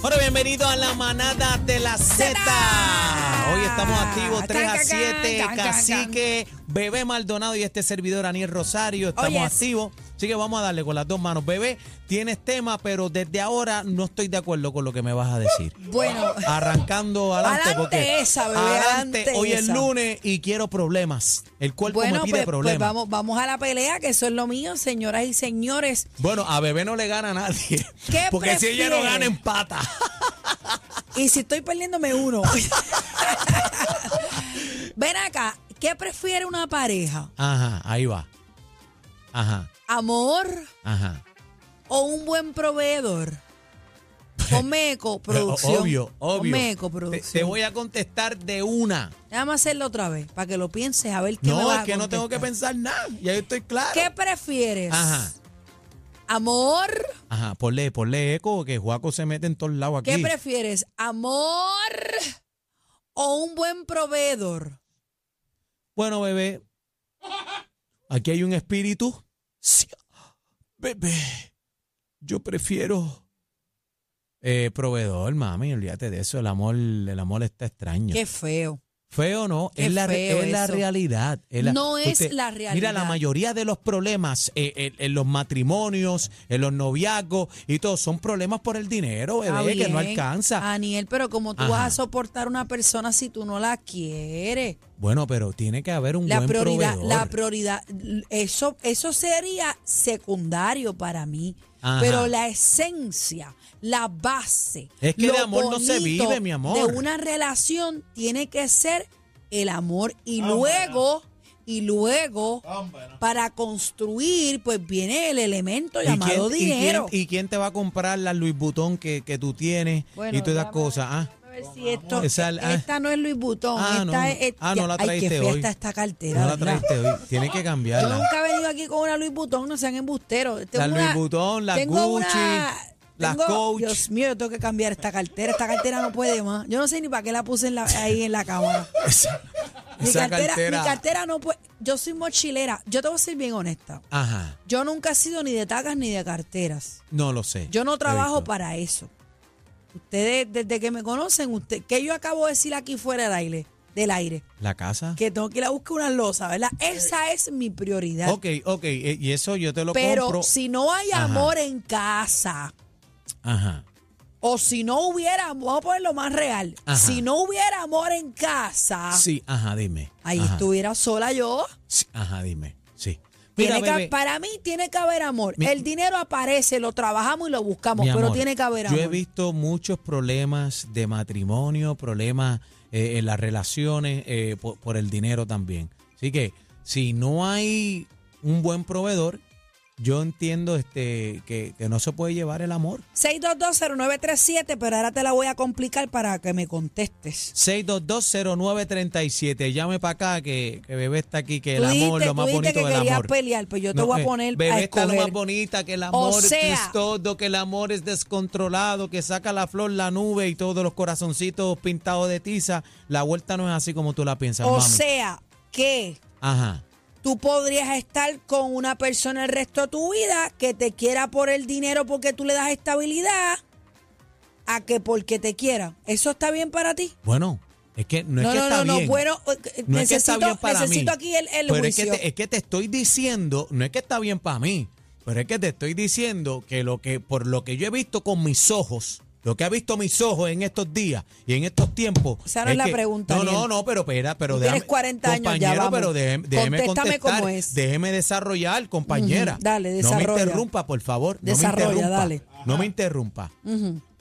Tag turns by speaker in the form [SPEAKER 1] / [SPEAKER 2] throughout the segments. [SPEAKER 1] Bueno, bienvenido a la manada de la Z.
[SPEAKER 2] Zeta.
[SPEAKER 1] Hoy estamos activos 3 a
[SPEAKER 2] Can, can, can,
[SPEAKER 1] 7,
[SPEAKER 2] can, can,
[SPEAKER 1] Cacique, Bebé Maldonado y este servidor Aniel Rosario. Estamos
[SPEAKER 2] Oye.
[SPEAKER 1] activos, así que vamos a darle con las dos manos. Bebé, tienes tema, pero desde ahora no estoy de acuerdo con lo que me vas a decir.
[SPEAKER 2] Bueno,
[SPEAKER 1] Arrancando adelante,
[SPEAKER 2] Adelante
[SPEAKER 1] porque
[SPEAKER 2] esa, bebé,
[SPEAKER 1] adelante,
[SPEAKER 2] adelante
[SPEAKER 1] hoy es
[SPEAKER 2] esa.
[SPEAKER 1] lunes y quiero problemas. El cuerpo
[SPEAKER 2] bueno
[SPEAKER 1] me pide
[SPEAKER 2] pues, pues
[SPEAKER 1] problemas.
[SPEAKER 2] vamos, vamos a la pelea, que eso es lo mío, señoras y señores.
[SPEAKER 1] Bueno, a Bebé no le gana a nadie.
[SPEAKER 2] ¿Qué
[SPEAKER 1] porque si ella no
[SPEAKER 2] prefieres?
[SPEAKER 1] gana, empata.
[SPEAKER 2] Y si estoy perdiendo, me uno. Ven acá, ¿qué prefiere una pareja?
[SPEAKER 1] Ajá, ahí va. Ajá,
[SPEAKER 2] ¿Amor
[SPEAKER 1] ajá.
[SPEAKER 2] o un buen proveedor? Ponme eco, producción.
[SPEAKER 1] Obvio, obvio.
[SPEAKER 2] Ponme eco,
[SPEAKER 1] Te,
[SPEAKER 2] producción.
[SPEAKER 1] te voy a contestar de una.
[SPEAKER 2] Déjame hacerlo otra vez, para que lo pienses, a ver qué me
[SPEAKER 1] No,
[SPEAKER 2] vas
[SPEAKER 1] es
[SPEAKER 2] a
[SPEAKER 1] que no tengo que
[SPEAKER 2] contestar.
[SPEAKER 1] pensar nada. Ya yo estoy claro.
[SPEAKER 2] ¿Qué prefieres?
[SPEAKER 1] Ajá.
[SPEAKER 2] ¿Amor?
[SPEAKER 1] Ajá, ponle, ponle eco, que Juaco se mete en todos lados
[SPEAKER 2] ¿Qué
[SPEAKER 1] aquí.
[SPEAKER 2] prefieres, amor o un buen proveedor?
[SPEAKER 1] bueno, bebé, aquí hay un espíritu. Sí. Bebé, yo prefiero... Eh, proveedor, mami, olvídate de eso. El amor, el amor está extraño.
[SPEAKER 2] Qué feo.
[SPEAKER 1] Feo no,
[SPEAKER 2] Qué
[SPEAKER 1] es la, re-
[SPEAKER 2] feo
[SPEAKER 1] es la
[SPEAKER 2] eso.
[SPEAKER 1] realidad. es la-
[SPEAKER 2] No es
[SPEAKER 1] Mira, la
[SPEAKER 2] la realidad.
[SPEAKER 1] mayoría de los problemas eh, en, en los matrimonios, en los noviazgos y todo, son problemas por el dinero,
[SPEAKER 2] Está
[SPEAKER 1] bebé, que no
[SPEAKER 2] bien, Ah.
[SPEAKER 1] alcanza.
[SPEAKER 2] Aniel, pero como tú
[SPEAKER 1] Ajá.
[SPEAKER 2] vas a soportar una persona si tú no la quieres.
[SPEAKER 1] Bueno, pero tiene que haber un
[SPEAKER 2] La
[SPEAKER 1] buen
[SPEAKER 2] prioridad,
[SPEAKER 1] proveedor.
[SPEAKER 2] la prioridad, eso, eso sería secundario para mí.
[SPEAKER 1] Ajá.
[SPEAKER 2] Pero la esencia, la base.
[SPEAKER 1] Es que
[SPEAKER 2] lo
[SPEAKER 1] de amor no se
[SPEAKER 2] bonito
[SPEAKER 1] vive, mi amor.
[SPEAKER 2] De una relación tiene que ser el amor. Y luego, y luego, para construir, pues viene el elemento llamado
[SPEAKER 1] quién,
[SPEAKER 2] dinero.
[SPEAKER 1] quién- y quién te va a comprar la Luis Butón que, que tú tienes
[SPEAKER 2] Bueno,
[SPEAKER 1] y todas esas
[SPEAKER 2] déjame-
[SPEAKER 1] cosas? ah?
[SPEAKER 2] A ver si esto,
[SPEAKER 1] Esa- ah.
[SPEAKER 2] esta no es Luis Butón,
[SPEAKER 1] Ah,
[SPEAKER 2] esta
[SPEAKER 1] no, no.
[SPEAKER 2] es, es-
[SPEAKER 1] Ah, no la
[SPEAKER 2] ay,
[SPEAKER 1] traíste
[SPEAKER 2] qué fea
[SPEAKER 1] hoy.
[SPEAKER 2] está esta cartera.
[SPEAKER 1] No la
[SPEAKER 2] ¿verdad?
[SPEAKER 1] trajiste hoy. Tienes que
[SPEAKER 2] Yo
[SPEAKER 1] cambiarla.
[SPEAKER 2] nunca he venido aquí con una Louis Vuitton, no sean embusteros. Tengo
[SPEAKER 1] La Louis
[SPEAKER 2] una-
[SPEAKER 1] Vuitton, la
[SPEAKER 2] tengo
[SPEAKER 1] Gucci, la
[SPEAKER 2] tengo-
[SPEAKER 1] Coach.
[SPEAKER 2] Dios mío, yo tengo que cambiar esta cartera. Esta cartera no puede más. Yo no sé ni para qué la puse en la- ahí en la cámara.
[SPEAKER 1] Esa,
[SPEAKER 2] Mi
[SPEAKER 1] esa
[SPEAKER 2] cartera, mi cartera no puede. Yo soy mochilera. Yo te voy a ser bien honesta.
[SPEAKER 1] Ajá,
[SPEAKER 2] Yo nunca he sido ni de tacas ni de carteras.
[SPEAKER 1] no lo sé.
[SPEAKER 2] Yo no
[SPEAKER 1] He
[SPEAKER 2] trabajo
[SPEAKER 1] visto.
[SPEAKER 2] para eso. Ustedes, desde que me conocen, usted, que yo acabo de decir aquí fuera del aire, del aire,
[SPEAKER 1] ¿La casa?
[SPEAKER 2] que tengo que ir a buscar una losa, ¿verdad? Esa es mi prioridad.
[SPEAKER 1] Ok, ok, eh, y eso yo te lo
[SPEAKER 2] Pero
[SPEAKER 1] compro.
[SPEAKER 2] si no hay
[SPEAKER 1] Ajá.
[SPEAKER 2] amor en casa,
[SPEAKER 1] Ajá.
[SPEAKER 2] o si no hubiera, vamos a ponerlo más real,
[SPEAKER 1] Ajá.
[SPEAKER 2] si no hubiera amor en casa,
[SPEAKER 1] Sí, ajá, dime.
[SPEAKER 2] Ah. ahí
[SPEAKER 1] ajá,
[SPEAKER 2] estuviera sola yo.
[SPEAKER 1] sí, ajá, dime. Sí.
[SPEAKER 2] Tiene que- para mí tiene que haber amor.
[SPEAKER 1] Mi-
[SPEAKER 2] El dinero aparece, lo trabajamos y lo buscamos,
[SPEAKER 1] mi
[SPEAKER 2] pero
[SPEAKER 1] amor,
[SPEAKER 2] tiene que haber
[SPEAKER 1] Yo
[SPEAKER 2] amor.
[SPEAKER 1] he visto muchos problemas de matrimonio, problemas eh, en las relaciones eh, po- por, el dinero también. Así que si no hay un buen proveedor, yo entiendo este que, que no se puede llevar el amor.
[SPEAKER 2] 6220937, pero ahora te la voy a complicar para que me contestes.
[SPEAKER 1] 6220937. Llame para acá que, que bebé está aquí, que el
[SPEAKER 2] Tú
[SPEAKER 1] amor
[SPEAKER 2] dijiste-
[SPEAKER 1] lo más
[SPEAKER 2] tú dijiste
[SPEAKER 1] bonito
[SPEAKER 2] que
[SPEAKER 1] del
[SPEAKER 2] querías
[SPEAKER 1] amor.
[SPEAKER 2] pelear, pues yo te
[SPEAKER 1] No,
[SPEAKER 2] voy
[SPEAKER 1] eh,
[SPEAKER 2] a poner
[SPEAKER 1] bebé
[SPEAKER 2] a
[SPEAKER 1] está lo
[SPEAKER 2] escoger.
[SPEAKER 1] más bonita, que el amor
[SPEAKER 2] sea-
[SPEAKER 1] es todo, que el amor es descontrolado, que saca la flor, la nube y todos los corazoncitos pintados de tiza. La vuelta no es así como tú la piensas,
[SPEAKER 2] o
[SPEAKER 1] mami.
[SPEAKER 2] sea, que
[SPEAKER 1] Ajá.
[SPEAKER 2] tú podrías estar con una persona el resto de tu vida que te quiera por el dinero porque tú le das estabilidad a que porque te quiera. ¿Eso está bien para ti?
[SPEAKER 1] Bueno, es que no, es
[SPEAKER 2] no,
[SPEAKER 1] que
[SPEAKER 2] no,
[SPEAKER 1] está
[SPEAKER 2] no, no,
[SPEAKER 1] bien.
[SPEAKER 2] bueno, eh,
[SPEAKER 1] No
[SPEAKER 2] necesito,
[SPEAKER 1] es que está bien para mí.
[SPEAKER 2] necesito aquí el, el
[SPEAKER 1] pero
[SPEAKER 2] juicio.
[SPEAKER 1] Es que, te, es que te estoy diciendo, no es que está bien para mí, pero es que te estoy diciendo que lo que por lo que yo he visto con mis ojos, lo que ha visto mis ojos en estos días y en estos tiempos.
[SPEAKER 2] Esa no es la
[SPEAKER 1] que-
[SPEAKER 2] pregunta,
[SPEAKER 1] No, no,
[SPEAKER 2] Ariel.
[SPEAKER 1] no, pero espera, pero
[SPEAKER 2] Tú
[SPEAKER 1] déjame.
[SPEAKER 2] tienes 40 años ya,
[SPEAKER 1] compañero,
[SPEAKER 2] vamos.
[SPEAKER 1] pero déjeme, déjeme
[SPEAKER 2] Contéstame
[SPEAKER 1] contestar,
[SPEAKER 2] cómo es.
[SPEAKER 1] Déjeme desarrollar, compañera.
[SPEAKER 2] Ujú, dale,
[SPEAKER 1] No me
[SPEAKER 2] desarrolla.
[SPEAKER 1] interrumpa, por favor.
[SPEAKER 2] Desarrolla,
[SPEAKER 1] no me interrumpa.
[SPEAKER 2] dale.
[SPEAKER 1] No me interrumpa.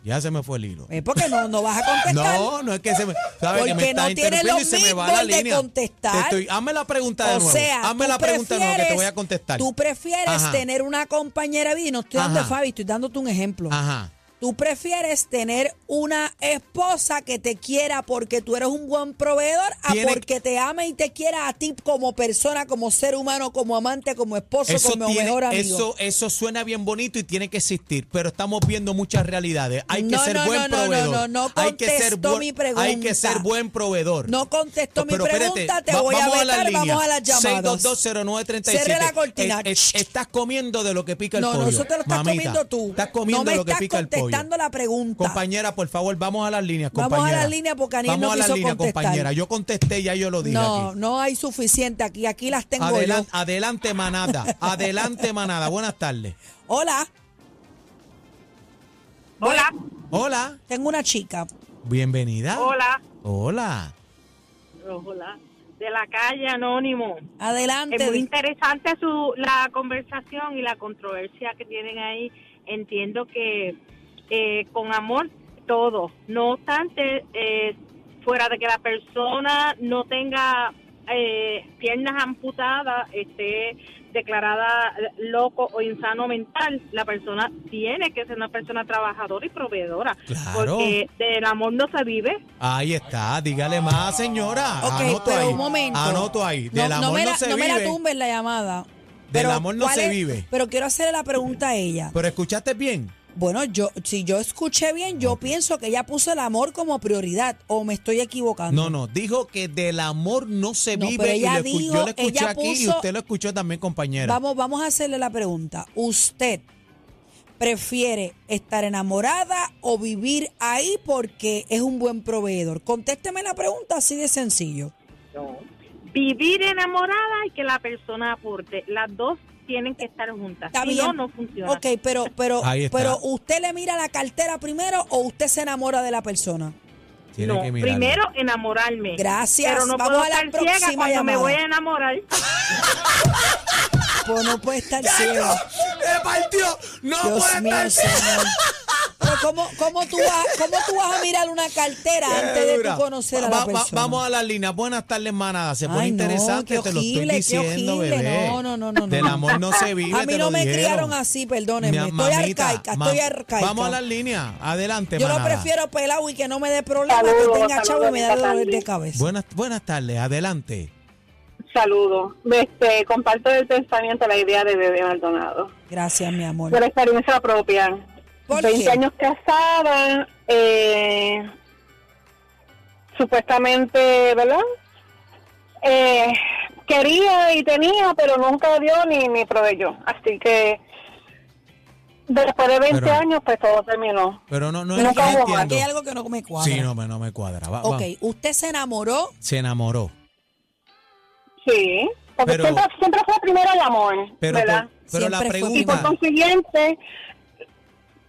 [SPEAKER 1] Ya se me fue el hilo.
[SPEAKER 2] Eh, porque no, no vas a contestar.
[SPEAKER 1] No, no es que se me. ¿sabe que
[SPEAKER 2] Porque
[SPEAKER 1] me
[SPEAKER 2] no
[SPEAKER 1] estás
[SPEAKER 2] tienes
[SPEAKER 1] interrumpiendo
[SPEAKER 2] los
[SPEAKER 1] y se me va
[SPEAKER 2] mismos
[SPEAKER 1] la
[SPEAKER 2] de
[SPEAKER 1] línea?
[SPEAKER 2] contestar.
[SPEAKER 1] Te estoy- hazme la pregunta de
[SPEAKER 2] o
[SPEAKER 1] nuevo.
[SPEAKER 2] sea,
[SPEAKER 1] hazme
[SPEAKER 2] tú
[SPEAKER 1] la pregunta de nuevo que te voy a
[SPEAKER 2] prefieres-
[SPEAKER 1] contestar.
[SPEAKER 2] Tú prefieres
[SPEAKER 1] Ajá.
[SPEAKER 2] tener una compañera de vida, y no estoy dando
[SPEAKER 1] Ajá.
[SPEAKER 2] Fabi, estoy dándote un ejemplo.
[SPEAKER 1] Ajá.
[SPEAKER 2] Tú prefieres tener una esposa que te quiera porque tú eres un buen proveedor a
[SPEAKER 1] Tiene-
[SPEAKER 2] porque te ama y te quiera a ti como persona, como ser humano, como amante, como esposo,
[SPEAKER 1] Eso,
[SPEAKER 2] como
[SPEAKER 1] tiene-
[SPEAKER 2] mejor amigo.
[SPEAKER 1] eso, eso suena bien bonito y tiene que existir, pero estamos viendo muchas realidades. Hay que
[SPEAKER 2] No,
[SPEAKER 1] ser
[SPEAKER 2] no,
[SPEAKER 1] buen
[SPEAKER 2] no, no,
[SPEAKER 1] proveedor.
[SPEAKER 2] no, no, no
[SPEAKER 1] hay que ser
[SPEAKER 2] contestó
[SPEAKER 1] buen-
[SPEAKER 2] mi pregunta.
[SPEAKER 1] Hay que ser buen proveedor.
[SPEAKER 2] No contestó mi
[SPEAKER 1] Pero espérate,
[SPEAKER 2] pregunta, te
[SPEAKER 1] va-
[SPEAKER 2] voy a
[SPEAKER 1] vamos
[SPEAKER 2] vetar,
[SPEAKER 1] las
[SPEAKER 2] vamos
[SPEAKER 1] líneas.
[SPEAKER 2] a las llamadas.
[SPEAKER 1] 6220937.
[SPEAKER 2] Cierre la cortina.
[SPEAKER 1] Es- es- Eh, estás comiendo de lo que pica el
[SPEAKER 2] No,
[SPEAKER 1] pollo.
[SPEAKER 2] no, eso te lo estás
[SPEAKER 1] mamita.
[SPEAKER 2] comiendo tú.
[SPEAKER 1] Estás comiendo
[SPEAKER 2] no me
[SPEAKER 1] lo que
[SPEAKER 2] estás
[SPEAKER 1] pica el pollo.
[SPEAKER 2] contestando la pregunta.
[SPEAKER 1] Compañera, por favor, vamos a las líneas,
[SPEAKER 2] Vamos
[SPEAKER 1] compañera.
[SPEAKER 2] a las líneas porque Aniel
[SPEAKER 1] Vamos
[SPEAKER 2] no
[SPEAKER 1] a las
[SPEAKER 2] quiso
[SPEAKER 1] líneas,
[SPEAKER 2] contestar.
[SPEAKER 1] compañera. Yo contesté, ya yo lo dije
[SPEAKER 2] no,
[SPEAKER 1] aquí.
[SPEAKER 2] no hay suficiente aquí. Aquí las tengo
[SPEAKER 1] Adelan- adelante, manada. adelante, manada. Buenas tardes.
[SPEAKER 2] yo. Hola,
[SPEAKER 3] Hola,
[SPEAKER 1] Hola.
[SPEAKER 2] tengo una chica.
[SPEAKER 1] Bienvenida.
[SPEAKER 3] hola,
[SPEAKER 1] Hola.
[SPEAKER 3] hola. De la calle Anónimo.
[SPEAKER 2] Adelante.
[SPEAKER 3] Es muy interesante su, la conversación y la controversia que tienen ahí. Entiendo que eh, con amor todo. No obstante, eh, fuera de que la persona no tenga eh, piernas amputadas, esté declarada loco o insano mental, la persona tiene que ser una persona trabajadora y proveedora.
[SPEAKER 1] Claro.
[SPEAKER 3] Porque del amor no se vive.
[SPEAKER 1] Ahí está. Dígale más, señora.
[SPEAKER 2] Ok,
[SPEAKER 1] Ah, Anoto
[SPEAKER 2] pero
[SPEAKER 1] ahí.
[SPEAKER 2] un momento.
[SPEAKER 1] Anoto ahí. Del amor
[SPEAKER 2] me
[SPEAKER 1] no
[SPEAKER 2] la,
[SPEAKER 1] se
[SPEAKER 2] me la
[SPEAKER 1] vive.
[SPEAKER 2] tumbes la llamada.
[SPEAKER 1] Del
[SPEAKER 2] Pero,
[SPEAKER 1] amor no
[SPEAKER 2] ¿cuál
[SPEAKER 1] se
[SPEAKER 2] es?
[SPEAKER 1] vive.
[SPEAKER 2] Pero quiero hacerle la pregunta a ella.
[SPEAKER 1] Pero escuchaste bien.
[SPEAKER 2] Bueno, yo si yo escuché bien, yo pienso que ella puso el amor como prioridad o me estoy equivocando.
[SPEAKER 1] No, no, dijo que del amor no se
[SPEAKER 2] No,
[SPEAKER 1] vive.
[SPEAKER 2] pero
[SPEAKER 1] y
[SPEAKER 2] ella
[SPEAKER 1] lo escu-
[SPEAKER 2] dijo-
[SPEAKER 1] yo lo escuché
[SPEAKER 2] ella
[SPEAKER 1] aquí y
[SPEAKER 2] puso-
[SPEAKER 1] usted lo escuchó también, compañera.
[SPEAKER 2] Vamos, vamos a hacerle la pregunta. ¿Usted prefiere estar enamorada o vivir ahí porque es un buen proveedor? Contésteme la pregunta así de sencillo.
[SPEAKER 3] vivir enamorada y que la persona aporte. Las dos tienen que estar juntas.
[SPEAKER 2] Está
[SPEAKER 3] si
[SPEAKER 2] bien.
[SPEAKER 3] no, no funciona.
[SPEAKER 2] Ok, pero, pero,
[SPEAKER 1] Ahí está.
[SPEAKER 2] pero ¿usted le mira la cartera primero o usted se enamora de la persona?
[SPEAKER 1] Tiene
[SPEAKER 3] No,
[SPEAKER 1] que mirarlo.
[SPEAKER 3] primero enamorarme.
[SPEAKER 2] Gracias.
[SPEAKER 3] Pero no
[SPEAKER 2] Vamos
[SPEAKER 3] puedo
[SPEAKER 2] a la
[SPEAKER 3] estar
[SPEAKER 2] próxima
[SPEAKER 3] ciega cuando
[SPEAKER 2] llamada.
[SPEAKER 3] me voy a enamorar.
[SPEAKER 2] Pues no puede estar ciego.
[SPEAKER 1] ¡Me partió! ¡Eh, ¡No
[SPEAKER 2] Dios mío, señor. Pero ¿cómo, cómo, tú vas, ¿Cómo tú vas a mirar una cartera antes de tú conocer a la persona?
[SPEAKER 1] vamos a las líneas. Buenas tardes, manada. Se pone
[SPEAKER 2] Ay, no,
[SPEAKER 1] interesante,
[SPEAKER 2] qué
[SPEAKER 1] te lo estoy
[SPEAKER 2] horrible, qué
[SPEAKER 1] diciendo,
[SPEAKER 2] horrible.
[SPEAKER 1] bebé.
[SPEAKER 2] No, no, no, no, no.
[SPEAKER 1] Del amor no se vive.
[SPEAKER 2] A mí
[SPEAKER 1] te
[SPEAKER 2] no
[SPEAKER 1] lo
[SPEAKER 2] me
[SPEAKER 1] dijeron.
[SPEAKER 2] criaron así, perdónenme.
[SPEAKER 1] Mi
[SPEAKER 2] Estoy
[SPEAKER 1] mamita,
[SPEAKER 2] arcaica,
[SPEAKER 1] ma-
[SPEAKER 2] estoy arcaica.
[SPEAKER 1] Vamos a las líneas. Adelante,
[SPEAKER 2] Yo lo
[SPEAKER 1] manada.
[SPEAKER 2] prefiero pelado y que no me dé problemas,
[SPEAKER 3] Saludos,
[SPEAKER 2] que tenga chavo y me da
[SPEAKER 3] saludos,
[SPEAKER 2] dolor de
[SPEAKER 3] Natalie.
[SPEAKER 2] cabeza.
[SPEAKER 1] Buenas, buenas tardes, adelante.
[SPEAKER 3] Saludo. Este, comparto el pensamiento, la idea de Bebé Maldonado.
[SPEAKER 2] Gracias, mi amor.
[SPEAKER 3] Por experiencia propia.
[SPEAKER 2] ¿Por
[SPEAKER 3] 20
[SPEAKER 2] qué?
[SPEAKER 3] años casada, eh, supuestamente, ¿verdad? Eh, quería y tenía, pero nunca dio ni, ni proveyó. Así que después de 20
[SPEAKER 1] Pero-
[SPEAKER 3] añs, pues todo terminó.
[SPEAKER 1] Pero no, no,
[SPEAKER 3] Nunca
[SPEAKER 1] no
[SPEAKER 3] hubo
[SPEAKER 2] Aquí hay
[SPEAKER 1] entiendo.
[SPEAKER 2] algo que no me cuadra.
[SPEAKER 1] Sí, no, me- no me cuadra. Va- va.
[SPEAKER 2] ok, usted se enamoró.
[SPEAKER 1] Se enamoró.
[SPEAKER 3] Sí, porque
[SPEAKER 1] Pero-
[SPEAKER 3] siempre, siempre fue primero el amor,
[SPEAKER 1] Pero,
[SPEAKER 3] ¿verdad?
[SPEAKER 1] por- pero la
[SPEAKER 2] Siempre fue
[SPEAKER 3] y por
[SPEAKER 1] pregunta.
[SPEAKER 3] consiguiente,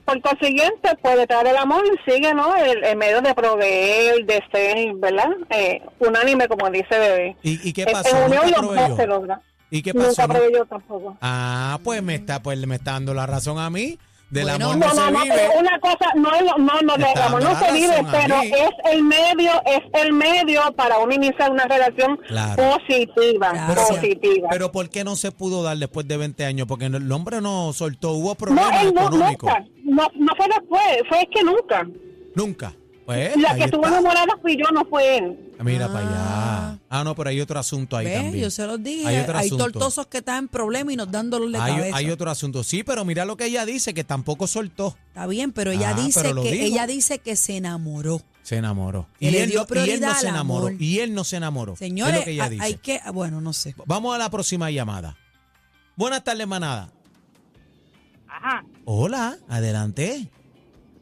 [SPEAKER 3] por consiguiente, pues detrás del amor sigue, ¿no? El, el medio de proveer, de ser, ¿verdad? Eh, unánime, como dice Bebé.
[SPEAKER 1] ¿Y, y qué
[SPEAKER 3] En-
[SPEAKER 1] pasó?
[SPEAKER 3] Eh, En unión
[SPEAKER 1] ¿Nunca
[SPEAKER 3] nunca se
[SPEAKER 1] proveyó?
[SPEAKER 3] logra.
[SPEAKER 1] ¿Y qué pasó?
[SPEAKER 3] Nunca
[SPEAKER 1] ¿No?
[SPEAKER 3] proveyó tampoco.
[SPEAKER 1] Ah, pues me está, pues me está dando la razón a mí. Del
[SPEAKER 2] Bueno.
[SPEAKER 1] amor
[SPEAKER 3] No,
[SPEAKER 1] no,
[SPEAKER 3] no,
[SPEAKER 1] se
[SPEAKER 3] no,
[SPEAKER 1] vive.
[SPEAKER 3] pero una cosa, no, es lo- no, no,
[SPEAKER 1] Te está
[SPEAKER 3] del amor
[SPEAKER 1] dando
[SPEAKER 3] no
[SPEAKER 1] la
[SPEAKER 3] se vive,
[SPEAKER 1] razón
[SPEAKER 3] pero
[SPEAKER 1] ahí.
[SPEAKER 3] es el medio, es el medio para uno iniciar una relación
[SPEAKER 1] Claro.
[SPEAKER 3] positiva,
[SPEAKER 2] Pero-
[SPEAKER 3] positiva.
[SPEAKER 1] Pero ¿por qué no se pudo dar después de 20 años? Porque el hombre no soltó, hubo
[SPEAKER 3] no,
[SPEAKER 1] problemas
[SPEAKER 3] él no,
[SPEAKER 1] económicos.
[SPEAKER 3] nunca, no, no fue después, fue que nunca.
[SPEAKER 1] Nunca. Pues,
[SPEAKER 3] La
[SPEAKER 1] ahí
[SPEAKER 3] que estuvo
[SPEAKER 1] está.
[SPEAKER 3] enamorada fui yo, no fue él.
[SPEAKER 1] Mira
[SPEAKER 2] Ah.
[SPEAKER 1] para allá. Ah, no, pero hay otro asunto ahí
[SPEAKER 2] ¿Ves?
[SPEAKER 1] también.
[SPEAKER 2] Yo se los dije.
[SPEAKER 1] Hay
[SPEAKER 2] Hay,
[SPEAKER 1] otro asunto.
[SPEAKER 2] tortosos que están en problemas y nos dan dolor de
[SPEAKER 1] Hay,
[SPEAKER 2] cabeza.
[SPEAKER 1] hay otro asunto. Sí, pero mira lo que ella dice, que tampoco soltó.
[SPEAKER 2] Está bien, pero ella
[SPEAKER 1] Ah,
[SPEAKER 2] dice
[SPEAKER 1] pero lo
[SPEAKER 2] que
[SPEAKER 1] dijo.
[SPEAKER 2] ella dice que se enamoró.
[SPEAKER 1] Se enamoró.
[SPEAKER 2] Que le dio
[SPEAKER 1] no- él
[SPEAKER 2] prioridad
[SPEAKER 1] no se
[SPEAKER 2] al
[SPEAKER 1] enamoró.
[SPEAKER 2] amor.
[SPEAKER 1] Y él no se enamoró. Es
[SPEAKER 2] Señores,
[SPEAKER 1] lo que ella
[SPEAKER 2] ha-
[SPEAKER 1] dice.
[SPEAKER 2] hay que, bueno, no sé.
[SPEAKER 1] Vamos a la próxima llamada. Buenas tardes, manada.
[SPEAKER 3] Ajá,
[SPEAKER 1] Hola, adelante.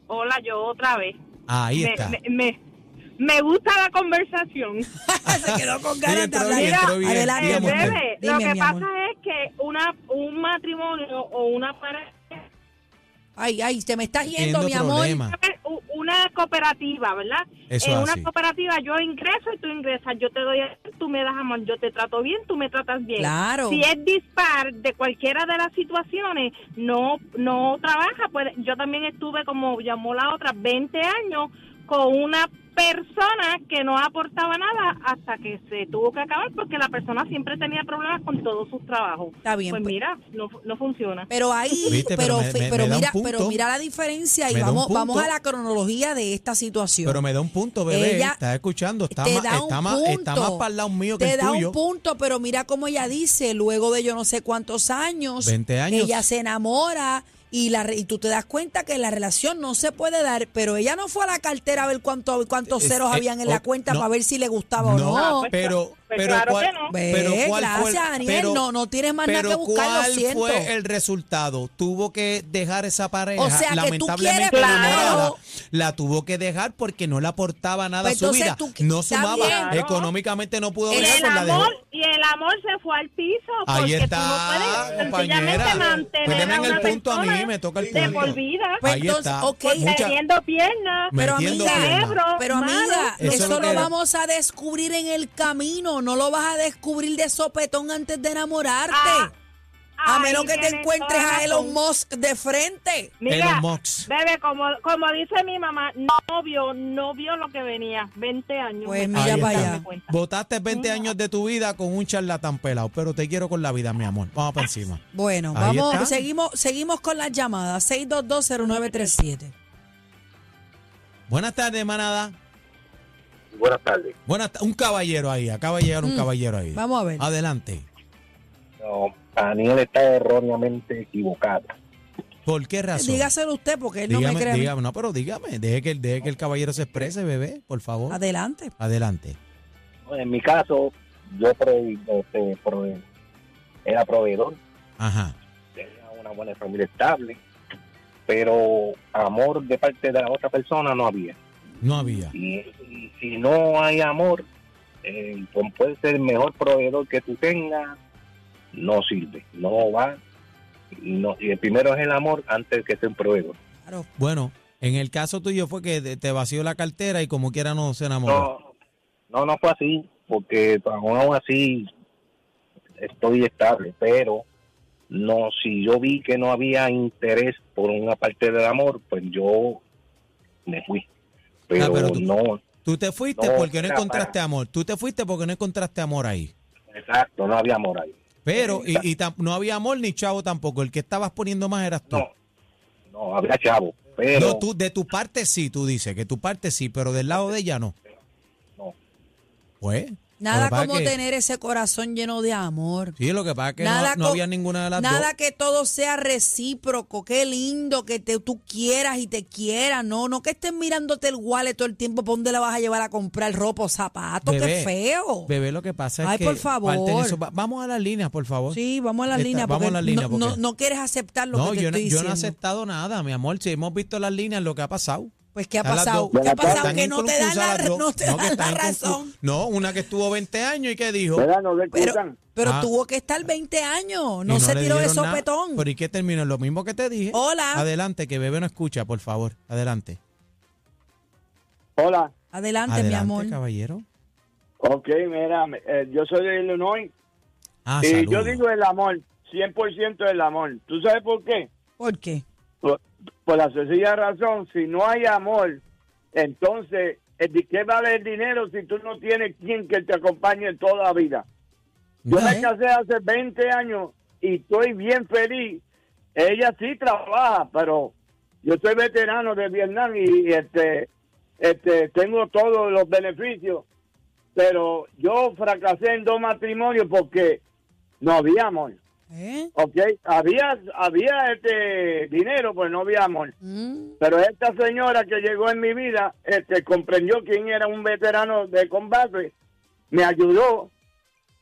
[SPEAKER 3] hola, yo otra vez.
[SPEAKER 1] Ahí
[SPEAKER 3] me,
[SPEAKER 1] está.
[SPEAKER 3] me, me- me gusta la conversación.
[SPEAKER 2] se quedó con
[SPEAKER 1] Ella
[SPEAKER 2] ganas de
[SPEAKER 1] entró
[SPEAKER 2] hablar.
[SPEAKER 1] bien, entró bien.
[SPEAKER 2] Adelante,
[SPEAKER 1] Dígame
[SPEAKER 3] Eh,
[SPEAKER 1] usted.
[SPEAKER 3] bebé,
[SPEAKER 2] Dime,
[SPEAKER 3] lo que
[SPEAKER 2] mi
[SPEAKER 3] pasa
[SPEAKER 2] amor.
[SPEAKER 3] es que una un matrimonio o una pareja,
[SPEAKER 2] Ay, ay, te me estás yendo,
[SPEAKER 1] Teniendo
[SPEAKER 2] mi amor.
[SPEAKER 1] problemas.
[SPEAKER 3] u- una cooperativa, ¿verdad?
[SPEAKER 1] Eso
[SPEAKER 3] en
[SPEAKER 1] es
[SPEAKER 3] una
[SPEAKER 1] así.
[SPEAKER 3] cooperativa yo ingreso y tú ingresas, yo te doy, tú me das amor, yo te trato bien, tú me tratas bien.
[SPEAKER 2] Claro.
[SPEAKER 3] Si es dispar de cualquiera de las situaciones, no no trabaja. Pues yo también estuve, como llamó la otra, 20 años con una persona que no aportaba nada hasta que se tuvo que acabar porque la persona siempre tenía problemas con todos sus trabajos.
[SPEAKER 2] Está bien,
[SPEAKER 3] Pues
[SPEAKER 2] pues.
[SPEAKER 3] mira, no, fu- no funciona.
[SPEAKER 2] Pero ahí,
[SPEAKER 1] Viste, pero
[SPEAKER 2] pero,
[SPEAKER 1] me-
[SPEAKER 2] fe-
[SPEAKER 1] me-
[SPEAKER 2] pero
[SPEAKER 1] me da un
[SPEAKER 2] mira,
[SPEAKER 1] punto.
[SPEAKER 2] pero mira la diferencia y
[SPEAKER 1] Me da un
[SPEAKER 2] vamos, vamos
[SPEAKER 1] punto.
[SPEAKER 2] a la cronología de esta situación.
[SPEAKER 1] Pero me da un punto, bebé.
[SPEAKER 2] Ella
[SPEAKER 1] estás escuchando. Está,
[SPEAKER 2] te
[SPEAKER 1] más,
[SPEAKER 2] da
[SPEAKER 1] está,
[SPEAKER 2] un
[SPEAKER 1] más, está
[SPEAKER 2] punto.
[SPEAKER 1] más para el lado mío que
[SPEAKER 2] te
[SPEAKER 1] el
[SPEAKER 2] da
[SPEAKER 1] tuyo.
[SPEAKER 2] un punto, pero mira cómo ella dice, luego de yo no sé cuántos años,
[SPEAKER 1] 20 años.
[SPEAKER 2] ella se enamora y, la, re- y tú te das cuenta que la relación no se puede dar, pero ella no fue a la cartera a ver cuánto, cuántos
[SPEAKER 1] Es-
[SPEAKER 2] ceros
[SPEAKER 1] eh,
[SPEAKER 2] habían en la
[SPEAKER 1] o-
[SPEAKER 2] cuenta
[SPEAKER 1] no.
[SPEAKER 2] para ver si le gustaba o no.
[SPEAKER 1] No,
[SPEAKER 3] pues,
[SPEAKER 1] pero,
[SPEAKER 3] pues
[SPEAKER 1] pero
[SPEAKER 3] claro
[SPEAKER 1] cuál,
[SPEAKER 3] que no.
[SPEAKER 2] Ve,
[SPEAKER 1] pero cuál fue,
[SPEAKER 2] gracias, Daniel, no- no tienes más nada
[SPEAKER 1] pero
[SPEAKER 2] que buscar, lo
[SPEAKER 1] ¿cuál
[SPEAKER 2] siento.
[SPEAKER 1] fue el resultado? Tuvo que dejar esa pareja.
[SPEAKER 2] O sea, que tú
[SPEAKER 1] lamentablemente
[SPEAKER 2] quieres
[SPEAKER 1] enamorada.
[SPEAKER 2] primero-
[SPEAKER 1] La tuvo que dejar porque no le aportaba nada
[SPEAKER 2] Pues
[SPEAKER 1] a su
[SPEAKER 2] entonces
[SPEAKER 1] vida.
[SPEAKER 2] tú que-
[SPEAKER 1] no
[SPEAKER 2] está
[SPEAKER 1] sumaba.
[SPEAKER 2] bien.
[SPEAKER 1] Económicamente no pudo
[SPEAKER 2] El
[SPEAKER 1] bregar,
[SPEAKER 3] El
[SPEAKER 1] pues la dejó.
[SPEAKER 3] amor, y el amor se fue al piso.
[SPEAKER 1] Ahí
[SPEAKER 3] porque
[SPEAKER 1] está,
[SPEAKER 3] tú no puedes
[SPEAKER 1] compañera.
[SPEAKER 3] sencillamente
[SPEAKER 1] Pues
[SPEAKER 3] mantener
[SPEAKER 1] deme
[SPEAKER 3] a
[SPEAKER 1] en el
[SPEAKER 3] una
[SPEAKER 1] punto a mí,
[SPEAKER 3] persona
[SPEAKER 1] me toca el
[SPEAKER 3] de
[SPEAKER 1] punto.
[SPEAKER 3] por vida.
[SPEAKER 2] Pues
[SPEAKER 1] Ahí
[SPEAKER 2] entonces,
[SPEAKER 1] está.
[SPEAKER 2] ok,
[SPEAKER 1] Mucha-
[SPEAKER 3] teniendo piernas.
[SPEAKER 1] Me-
[SPEAKER 2] Pero
[SPEAKER 1] Metiendo
[SPEAKER 2] amiga,
[SPEAKER 1] cerebro,
[SPEAKER 2] pero
[SPEAKER 3] mano.
[SPEAKER 2] amiga,
[SPEAKER 1] Eso
[SPEAKER 2] eso,
[SPEAKER 1] es lo
[SPEAKER 2] lo
[SPEAKER 1] que-
[SPEAKER 2] vamos a descubrir en el camino, no lo vas a descubrir de sopetón antes de enamorarte.
[SPEAKER 3] Ah,
[SPEAKER 2] a
[SPEAKER 3] ahí
[SPEAKER 2] menos que te
[SPEAKER 3] tienes
[SPEAKER 2] encuentres
[SPEAKER 3] toda
[SPEAKER 2] a
[SPEAKER 3] la
[SPEAKER 2] Elon
[SPEAKER 3] razón.
[SPEAKER 2] Musk de frente.
[SPEAKER 1] Elon
[SPEAKER 3] Mira,
[SPEAKER 1] Musk.
[SPEAKER 3] bebé, como, como dice mi mamá, no vio, no vio lo que venía. 20 años.
[SPEAKER 2] Pues
[SPEAKER 3] me
[SPEAKER 2] mira
[SPEAKER 3] parece,
[SPEAKER 1] Ahí
[SPEAKER 2] para
[SPEAKER 3] dame
[SPEAKER 1] está.
[SPEAKER 2] allá.
[SPEAKER 3] cuenta.
[SPEAKER 1] Votaste 20 años de tu vida con un charlatán pelado, pero te quiero con la vida, mi amor. Vamos para encima.
[SPEAKER 2] Bueno,
[SPEAKER 1] Ahí está.
[SPEAKER 2] vamos, seguimos, seguimos con las llamadas. 6220937.
[SPEAKER 1] Buenas tardes, manada.
[SPEAKER 4] Buenas tardes.
[SPEAKER 1] Buenas ta- un caballero ahí, acaba de llegar un
[SPEAKER 2] Mm,
[SPEAKER 1] caballero ahí.
[SPEAKER 2] Vamos a ver.
[SPEAKER 1] Adelante.
[SPEAKER 4] No, Daniel está erróneamente equivocado.
[SPEAKER 1] ¿Por qué razón?
[SPEAKER 2] Dígaselo usted porque Eh, él no
[SPEAKER 1] dígame,
[SPEAKER 2] me cree. a mí.
[SPEAKER 1] dígame, no, pero dígame, deje que, el- deje que el caballero se exprese, bebé, por favor.
[SPEAKER 2] Adelante.
[SPEAKER 1] Adelante.
[SPEAKER 4] En mi caso, yo prove- este, prove- era proveedor,
[SPEAKER 1] Ajá.
[SPEAKER 4] tenía una buena familia estable, pero amor de parte de la otra persona no había.
[SPEAKER 1] No había.
[SPEAKER 4] Y, y si no hay amor, eh, pues puede ser el mejor proveedor que tú tengas, no sirve, no va. Y, no, y el primero es el amor antes que ser un proveedor.
[SPEAKER 2] Claro.
[SPEAKER 1] Bueno, en el caso tuyo fue que te- te vació la cartera y como quiera no se enamoró.
[SPEAKER 4] No, no, no fue así, porque aún aún así estoy estable, pero no, si yo vi que no había interés por una parte del amor, pues yo me fui. Pero,
[SPEAKER 1] Ah, pero tú-
[SPEAKER 4] no,
[SPEAKER 1] Tú te fuiste
[SPEAKER 4] No,
[SPEAKER 1] porque no
[SPEAKER 4] mira,
[SPEAKER 1] encontraste
[SPEAKER 4] para.
[SPEAKER 1] amor. Tú te fuiste porque no encontraste amor ahí.
[SPEAKER 4] exacto, no había moral.
[SPEAKER 1] Pero, y,
[SPEAKER 4] Exacto.
[SPEAKER 1] y tam- no había amor ni chavo tampoco. El que estabas poniendo más eras tú.
[SPEAKER 4] No, no, había chavo, pero
[SPEAKER 1] No, tú, de tu parte sí, tú dices que tu parte sí, pero del lado de ella no.
[SPEAKER 4] No.
[SPEAKER 1] Pues. lo
[SPEAKER 2] Nada
[SPEAKER 1] que pasa
[SPEAKER 2] como
[SPEAKER 1] es que-
[SPEAKER 2] tener ese corazón lleno de amor.
[SPEAKER 1] Sí, lo que pasa es que
[SPEAKER 2] Nada
[SPEAKER 1] no, no
[SPEAKER 2] co-
[SPEAKER 1] había ninguna de las
[SPEAKER 2] Nada
[SPEAKER 1] dos.
[SPEAKER 2] que todo sea recíproco. Qué lindo que te, tú quieras y te quieras. No, no que estés mirándote el wallet todo el tiempo. ¿Para dónde la vas a llevar a comprar ropa o zapatos?
[SPEAKER 1] Bebé,
[SPEAKER 2] Qué feo.
[SPEAKER 1] Bebé, lo que pasa es
[SPEAKER 2] Ay,
[SPEAKER 1] que.
[SPEAKER 2] por favor.
[SPEAKER 1] parten eso. Va- Vamos a las líneas, por favor.
[SPEAKER 2] Sí, vamos a la
[SPEAKER 1] Está-
[SPEAKER 2] línea.
[SPEAKER 1] Pues, vamos
[SPEAKER 2] porque
[SPEAKER 1] a la línea,
[SPEAKER 2] no,
[SPEAKER 1] porque-
[SPEAKER 2] no- no quieres aceptar lo
[SPEAKER 1] no,
[SPEAKER 2] que te
[SPEAKER 1] yo, no,
[SPEAKER 2] estoy
[SPEAKER 1] yo no he
[SPEAKER 2] diciendo.
[SPEAKER 1] aceptado nada, mi amor. Si hemos visto las líneas, lo que ha pasado.
[SPEAKER 2] Pues, ¿qué ha
[SPEAKER 1] Ya las
[SPEAKER 2] pasado?
[SPEAKER 1] dos-
[SPEAKER 2] ¿Qué ha
[SPEAKER 4] Buenas tardes.
[SPEAKER 2] pasado? Que no te da
[SPEAKER 1] Están
[SPEAKER 2] la,
[SPEAKER 1] inconclusas las
[SPEAKER 2] no
[SPEAKER 1] dos.
[SPEAKER 2] te
[SPEAKER 1] que
[SPEAKER 2] da la
[SPEAKER 1] están inconclu-
[SPEAKER 2] razón.
[SPEAKER 1] No, una que estuvo 20 años y que dijo.
[SPEAKER 2] Pero, pero
[SPEAKER 1] Ah.
[SPEAKER 2] tuvo que estar 20 años.
[SPEAKER 1] y
[SPEAKER 2] No, se
[SPEAKER 1] le
[SPEAKER 2] tiró de
[SPEAKER 1] dieron nada.
[SPEAKER 2] sopetón.
[SPEAKER 1] Pero ¿y qué terminó? Lo mismo que te dije.
[SPEAKER 2] Hola.
[SPEAKER 1] Adelante, que bebé no escucha, por favor. Adelante.
[SPEAKER 5] Hola,
[SPEAKER 2] Adelante, mi
[SPEAKER 1] Adelante,
[SPEAKER 2] amor.
[SPEAKER 1] caballero.
[SPEAKER 5] ok, mira, eh, yo soy de Illinois
[SPEAKER 1] Ah,
[SPEAKER 5] y yo
[SPEAKER 1] saludos.
[SPEAKER 5] digo el amor, 100% el amor. ¿Tú sabes por qué?
[SPEAKER 2] ¿Por qué?
[SPEAKER 5] Por, por la sencilla razón, si no hay amor, entonces, eh, ¿de qué vale el dinero si tú no tienes quien que te acompañe toda la vida? Yo
[SPEAKER 2] No,
[SPEAKER 5] me
[SPEAKER 2] ¿eh?
[SPEAKER 5] casé hace 20 años y estoy bien feliz. Ella sí trabaja, pero yo soy veterano de Vietnam y, y, este, este, tengo todos los beneficios. Pero yo fracasé en dos matrimonios porque no había amor,
[SPEAKER 2] ¿Eh?
[SPEAKER 5] ¿ok? Había, había este dinero, pues no había amor.
[SPEAKER 2] Mm.
[SPEAKER 5] Pero esta señora que llegó en mi vida, este, comprendió quién era un veterano de combate, me ayudó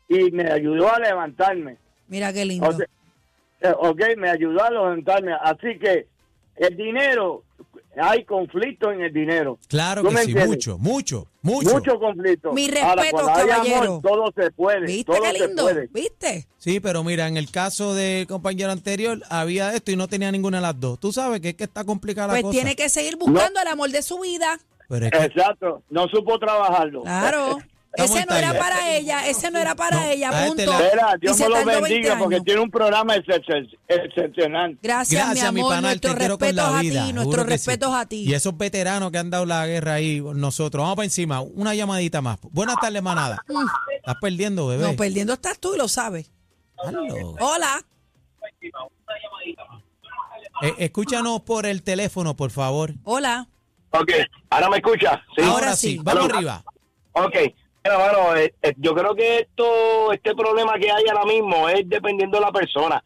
[SPEAKER 5] y me ayudó a levantarme.
[SPEAKER 2] Mira qué lindo.
[SPEAKER 5] O sea, eh, ok, me ayudó a levantarme. Así que el dinero, hay conflicto en el dinero.
[SPEAKER 1] Claro
[SPEAKER 5] ¿Tú
[SPEAKER 1] que
[SPEAKER 5] me
[SPEAKER 1] sí,
[SPEAKER 5] entiendes?
[SPEAKER 1] mucho, mucho, mucho.
[SPEAKER 5] Mucho, conflicto.
[SPEAKER 2] Mi
[SPEAKER 5] Ahora,
[SPEAKER 2] respeto,
[SPEAKER 5] cuando hay
[SPEAKER 2] caballero.
[SPEAKER 5] amor, todo se puede.
[SPEAKER 2] ¿Viste
[SPEAKER 5] todo
[SPEAKER 2] qué
[SPEAKER 5] se
[SPEAKER 2] lindo?
[SPEAKER 5] puede.
[SPEAKER 2] ¿Viste?
[SPEAKER 1] Sí, pero mira, en el caso del compañero anterior había esto y no tenía ninguna de las dos. Tú sabes que es que está complicada la
[SPEAKER 2] Pues
[SPEAKER 1] cosa.
[SPEAKER 2] tiene que seguir buscando el amor de su vida.
[SPEAKER 1] Pero es que-
[SPEAKER 5] Exacto, no supo trabajarlo.
[SPEAKER 2] Claro.
[SPEAKER 1] Estamos
[SPEAKER 2] ese no
[SPEAKER 1] en
[SPEAKER 2] era
[SPEAKER 1] talla.
[SPEAKER 2] para ella, ese no era para
[SPEAKER 1] No, este
[SPEAKER 2] ella,
[SPEAKER 1] cállate
[SPEAKER 2] punto.
[SPEAKER 1] la-
[SPEAKER 5] Espera,
[SPEAKER 2] Y
[SPEAKER 5] Dios
[SPEAKER 2] se
[SPEAKER 5] me lo
[SPEAKER 2] tardó 20
[SPEAKER 5] bendiga porque
[SPEAKER 2] años.
[SPEAKER 5] tiene un programa excel- excepcional.
[SPEAKER 2] Gracias,
[SPEAKER 1] Gracias,
[SPEAKER 2] mi
[SPEAKER 1] mi
[SPEAKER 2] amor.
[SPEAKER 1] pana, te
[SPEAKER 2] nuestros
[SPEAKER 1] quiero con
[SPEAKER 2] respetos
[SPEAKER 1] la
[SPEAKER 2] a
[SPEAKER 1] vida.
[SPEAKER 2] ti,
[SPEAKER 1] seguro
[SPEAKER 2] nuestros
[SPEAKER 1] que sí.
[SPEAKER 2] respetos a ti.
[SPEAKER 1] Y esos veteranos que han dado la guerra ahí con nosotros. Vamos para encima, una llamadita más. Buenas tardes, manada. Estás perdiendo, bebé.
[SPEAKER 2] Mm. No, pues, perdiendo estás tú y lo sabes.
[SPEAKER 1] Hazlo.
[SPEAKER 2] Hola.
[SPEAKER 1] Eh, escúchanos por el teléfono, por favor.
[SPEAKER 2] Hola.
[SPEAKER 4] Ok, ahora me escucha.
[SPEAKER 1] Ahora sí,
[SPEAKER 2] sí.
[SPEAKER 1] vamos
[SPEAKER 4] Hello.
[SPEAKER 1] arriba.
[SPEAKER 4] Ok, pero bueno, eh, eh, yo creo que esto, este problema que hay ahora mismo es dependiendo de la persona.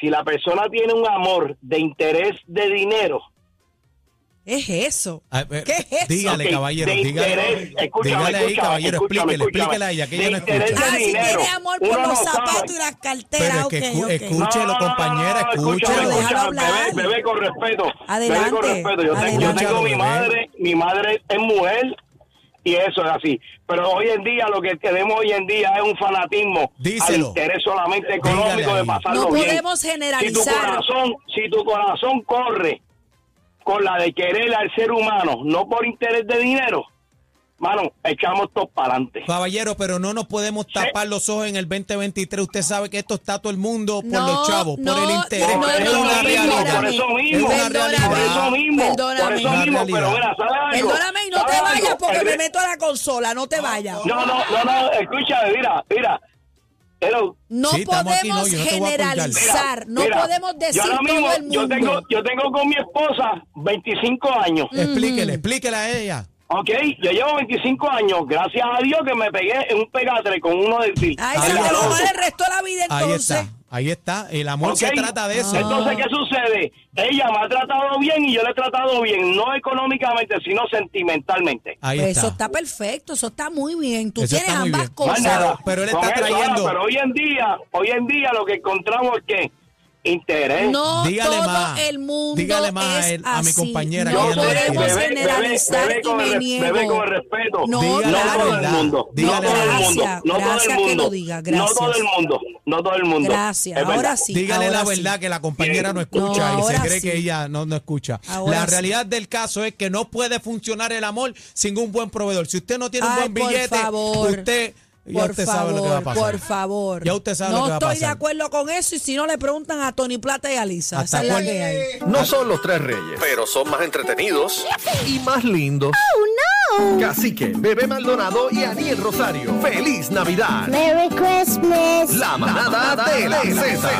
[SPEAKER 4] si la persona tiene un amor de interés de dinero,
[SPEAKER 2] Es eso.
[SPEAKER 1] A ver,
[SPEAKER 2] ¿Qué es eso?
[SPEAKER 1] Dígale,
[SPEAKER 4] Ok,
[SPEAKER 1] caballero,
[SPEAKER 4] de
[SPEAKER 1] dígale.
[SPEAKER 4] interés, escúchame,
[SPEAKER 1] dígale ahí,
[SPEAKER 4] escúchame,
[SPEAKER 1] caballero,
[SPEAKER 4] escúchame,
[SPEAKER 1] explíquele,
[SPEAKER 4] escúchame.
[SPEAKER 1] explíquele a ella, que
[SPEAKER 4] De
[SPEAKER 1] ella no
[SPEAKER 4] interés
[SPEAKER 1] escucha.
[SPEAKER 4] de
[SPEAKER 2] Ah, si
[SPEAKER 4] dinero.
[SPEAKER 2] tiene amor
[SPEAKER 4] Uno
[SPEAKER 2] por
[SPEAKER 4] no
[SPEAKER 2] los
[SPEAKER 4] sabe.
[SPEAKER 2] zapatos y las
[SPEAKER 1] Pero
[SPEAKER 2] carteras.
[SPEAKER 1] es que
[SPEAKER 2] ok,
[SPEAKER 1] escu-
[SPEAKER 2] ok.
[SPEAKER 1] escúchelo, compañera,
[SPEAKER 4] escúchame,
[SPEAKER 1] escúchelo.
[SPEAKER 2] Déjalo
[SPEAKER 4] escúchame,
[SPEAKER 2] hablar.
[SPEAKER 4] Bebé, bebé, con respeto.
[SPEAKER 2] Adelante,
[SPEAKER 4] Bebé, con respeto. Yo, tengo- yo
[SPEAKER 1] adelante.
[SPEAKER 4] tengo mi
[SPEAKER 1] Bebé.
[SPEAKER 4] madre, mi madre es mujer y eso es así. Pero hoy en día lo que tenemos hoy en día es un fanatismo al
[SPEAKER 1] Díselo.
[SPEAKER 4] interés solamente económico
[SPEAKER 1] Dígale ahí.
[SPEAKER 4] de pasarlo
[SPEAKER 2] No
[SPEAKER 4] bien.
[SPEAKER 2] podemos generalizar.
[SPEAKER 4] Si tu corazón, si tu corazón corre con la de querer al ser humano, no por interés de dinero, mano, echamos todos para adelante.
[SPEAKER 1] Caballero, pero no nos podemos tapar los ojos en el 2023. Usted sabe que esto está todo el mundo por
[SPEAKER 2] No,
[SPEAKER 1] los chavos,
[SPEAKER 2] no,
[SPEAKER 1] por el interés.
[SPEAKER 2] no,
[SPEAKER 1] es
[SPEAKER 2] no,
[SPEAKER 1] una
[SPEAKER 2] no,
[SPEAKER 1] realidad.
[SPEAKER 4] Por eso
[SPEAKER 1] es
[SPEAKER 4] mismo,
[SPEAKER 1] una
[SPEAKER 4] por
[SPEAKER 2] Perdóname.
[SPEAKER 4] eso
[SPEAKER 1] realidad.
[SPEAKER 4] mismo, por
[SPEAKER 2] Perdóname.
[SPEAKER 4] eso
[SPEAKER 1] Una
[SPEAKER 4] mismo, pero
[SPEAKER 1] realidad.
[SPEAKER 4] mira, ¿sabes algo?
[SPEAKER 2] Perdóname y no te
[SPEAKER 4] ¿Sabes
[SPEAKER 2] vayas
[SPEAKER 4] algo?
[SPEAKER 2] porque
[SPEAKER 4] El
[SPEAKER 2] me
[SPEAKER 4] re-
[SPEAKER 2] meto a la consola. No te vayas.
[SPEAKER 4] No, no, no, no, escúchame, mira, mira. Hello.
[SPEAKER 2] No
[SPEAKER 1] Sí, estamos
[SPEAKER 2] podemos
[SPEAKER 1] aquí, no, yo no te voy a apoyar.
[SPEAKER 4] Mira,
[SPEAKER 2] generalizar, no
[SPEAKER 4] mira,
[SPEAKER 2] podemos decir
[SPEAKER 4] yo ahora mismo,
[SPEAKER 2] todo el mundo.
[SPEAKER 4] Yo tengo, yo tengo con mi esposa 25 años,
[SPEAKER 2] Mm.
[SPEAKER 1] Explíquele, explíquele a ella.
[SPEAKER 4] ¿ok? Yo llevo 25 años, gracias a Dios que me pegué en un pegatre con uno del PIL.
[SPEAKER 2] Ay,
[SPEAKER 1] Ahí
[SPEAKER 2] se
[SPEAKER 1] está.
[SPEAKER 2] te lo va el resto de la vida
[SPEAKER 1] Ahí
[SPEAKER 2] entonces. Ah.
[SPEAKER 1] está, ahí está. El amor se
[SPEAKER 4] Ok.
[SPEAKER 1] trata de eso.
[SPEAKER 4] Entonces, ¿qué sucede? Ella me ha tratado bien y yo la he tratado bien, no económicamente, sino sentimentalmente.
[SPEAKER 1] Ahí
[SPEAKER 2] Pues
[SPEAKER 1] está.
[SPEAKER 2] eso está perfecto, eso está muy bien. Tú
[SPEAKER 1] Eso
[SPEAKER 2] tienes
[SPEAKER 1] está muy
[SPEAKER 2] ambas
[SPEAKER 1] bien.
[SPEAKER 4] Más
[SPEAKER 1] Pero-
[SPEAKER 2] cosas.
[SPEAKER 4] nada.
[SPEAKER 1] pero él está
[SPEAKER 4] Con eso,
[SPEAKER 1] trayendo-
[SPEAKER 4] ahora, pero hoy en día, hoy en día lo que encontramos es que interés.
[SPEAKER 2] No
[SPEAKER 1] Eh, Dígale
[SPEAKER 2] todo
[SPEAKER 1] más.
[SPEAKER 2] el mundo
[SPEAKER 1] Dígale más a
[SPEAKER 2] es
[SPEAKER 1] él, a mi
[SPEAKER 2] así.
[SPEAKER 1] compañera
[SPEAKER 2] No
[SPEAKER 1] que ella no es
[SPEAKER 2] podemos
[SPEAKER 1] así.
[SPEAKER 2] generalizar
[SPEAKER 4] bebé,
[SPEAKER 2] y
[SPEAKER 4] con
[SPEAKER 2] me
[SPEAKER 4] el,
[SPEAKER 2] niego.
[SPEAKER 4] bebé, con el respeto.
[SPEAKER 2] No,
[SPEAKER 4] no
[SPEAKER 2] claro.
[SPEAKER 4] todo el mundo.
[SPEAKER 1] Dígale
[SPEAKER 4] no todo
[SPEAKER 1] la
[SPEAKER 4] el mundo.
[SPEAKER 2] verdad.
[SPEAKER 4] No
[SPEAKER 2] Gracias,
[SPEAKER 4] todo el
[SPEAKER 2] gracias que
[SPEAKER 4] mundo.
[SPEAKER 2] lo diga,
[SPEAKER 4] No
[SPEAKER 2] gracias.
[SPEAKER 4] todo el mundo. No todo el mundo.
[SPEAKER 2] Gracias.
[SPEAKER 4] Es verdad.
[SPEAKER 2] Ahora sí.
[SPEAKER 1] Dígale
[SPEAKER 2] ahora
[SPEAKER 1] la
[SPEAKER 2] sí.
[SPEAKER 1] verdad que la compañera no escucha
[SPEAKER 2] No,
[SPEAKER 1] y se
[SPEAKER 2] ahora
[SPEAKER 1] cree
[SPEAKER 2] sí.
[SPEAKER 1] que ella no, no escucha.
[SPEAKER 2] Ahora
[SPEAKER 1] la
[SPEAKER 2] sí.
[SPEAKER 1] realidad del caso es que no puede funcionar el amor sin un buen proveedor. Si usted no tiene
[SPEAKER 2] Ay,
[SPEAKER 1] un buen
[SPEAKER 2] por
[SPEAKER 1] billete,
[SPEAKER 2] favor,
[SPEAKER 1] usted ya
[SPEAKER 2] por
[SPEAKER 1] usted
[SPEAKER 2] favor,
[SPEAKER 1] sabe lo que va a pasar.
[SPEAKER 2] Por favor.
[SPEAKER 1] Ya usted sabe
[SPEAKER 2] no
[SPEAKER 1] lo que va a
[SPEAKER 2] estoy de
[SPEAKER 1] pasar.
[SPEAKER 2] acuerdo con eso y si no le preguntan a Tony Plata y a Lisa.
[SPEAKER 1] ¿Hasta
[SPEAKER 2] Esa es la
[SPEAKER 1] cuál?
[SPEAKER 2] que hay.
[SPEAKER 6] No son los tres reyes, pero son más entretenidos y más lindos. ¡Oh, no! Cacique, Bebé Maldonado y Aniel Rosario. ¡Feliz Navidad!
[SPEAKER 7] Merry Christmas.
[SPEAKER 6] La manada de la Z.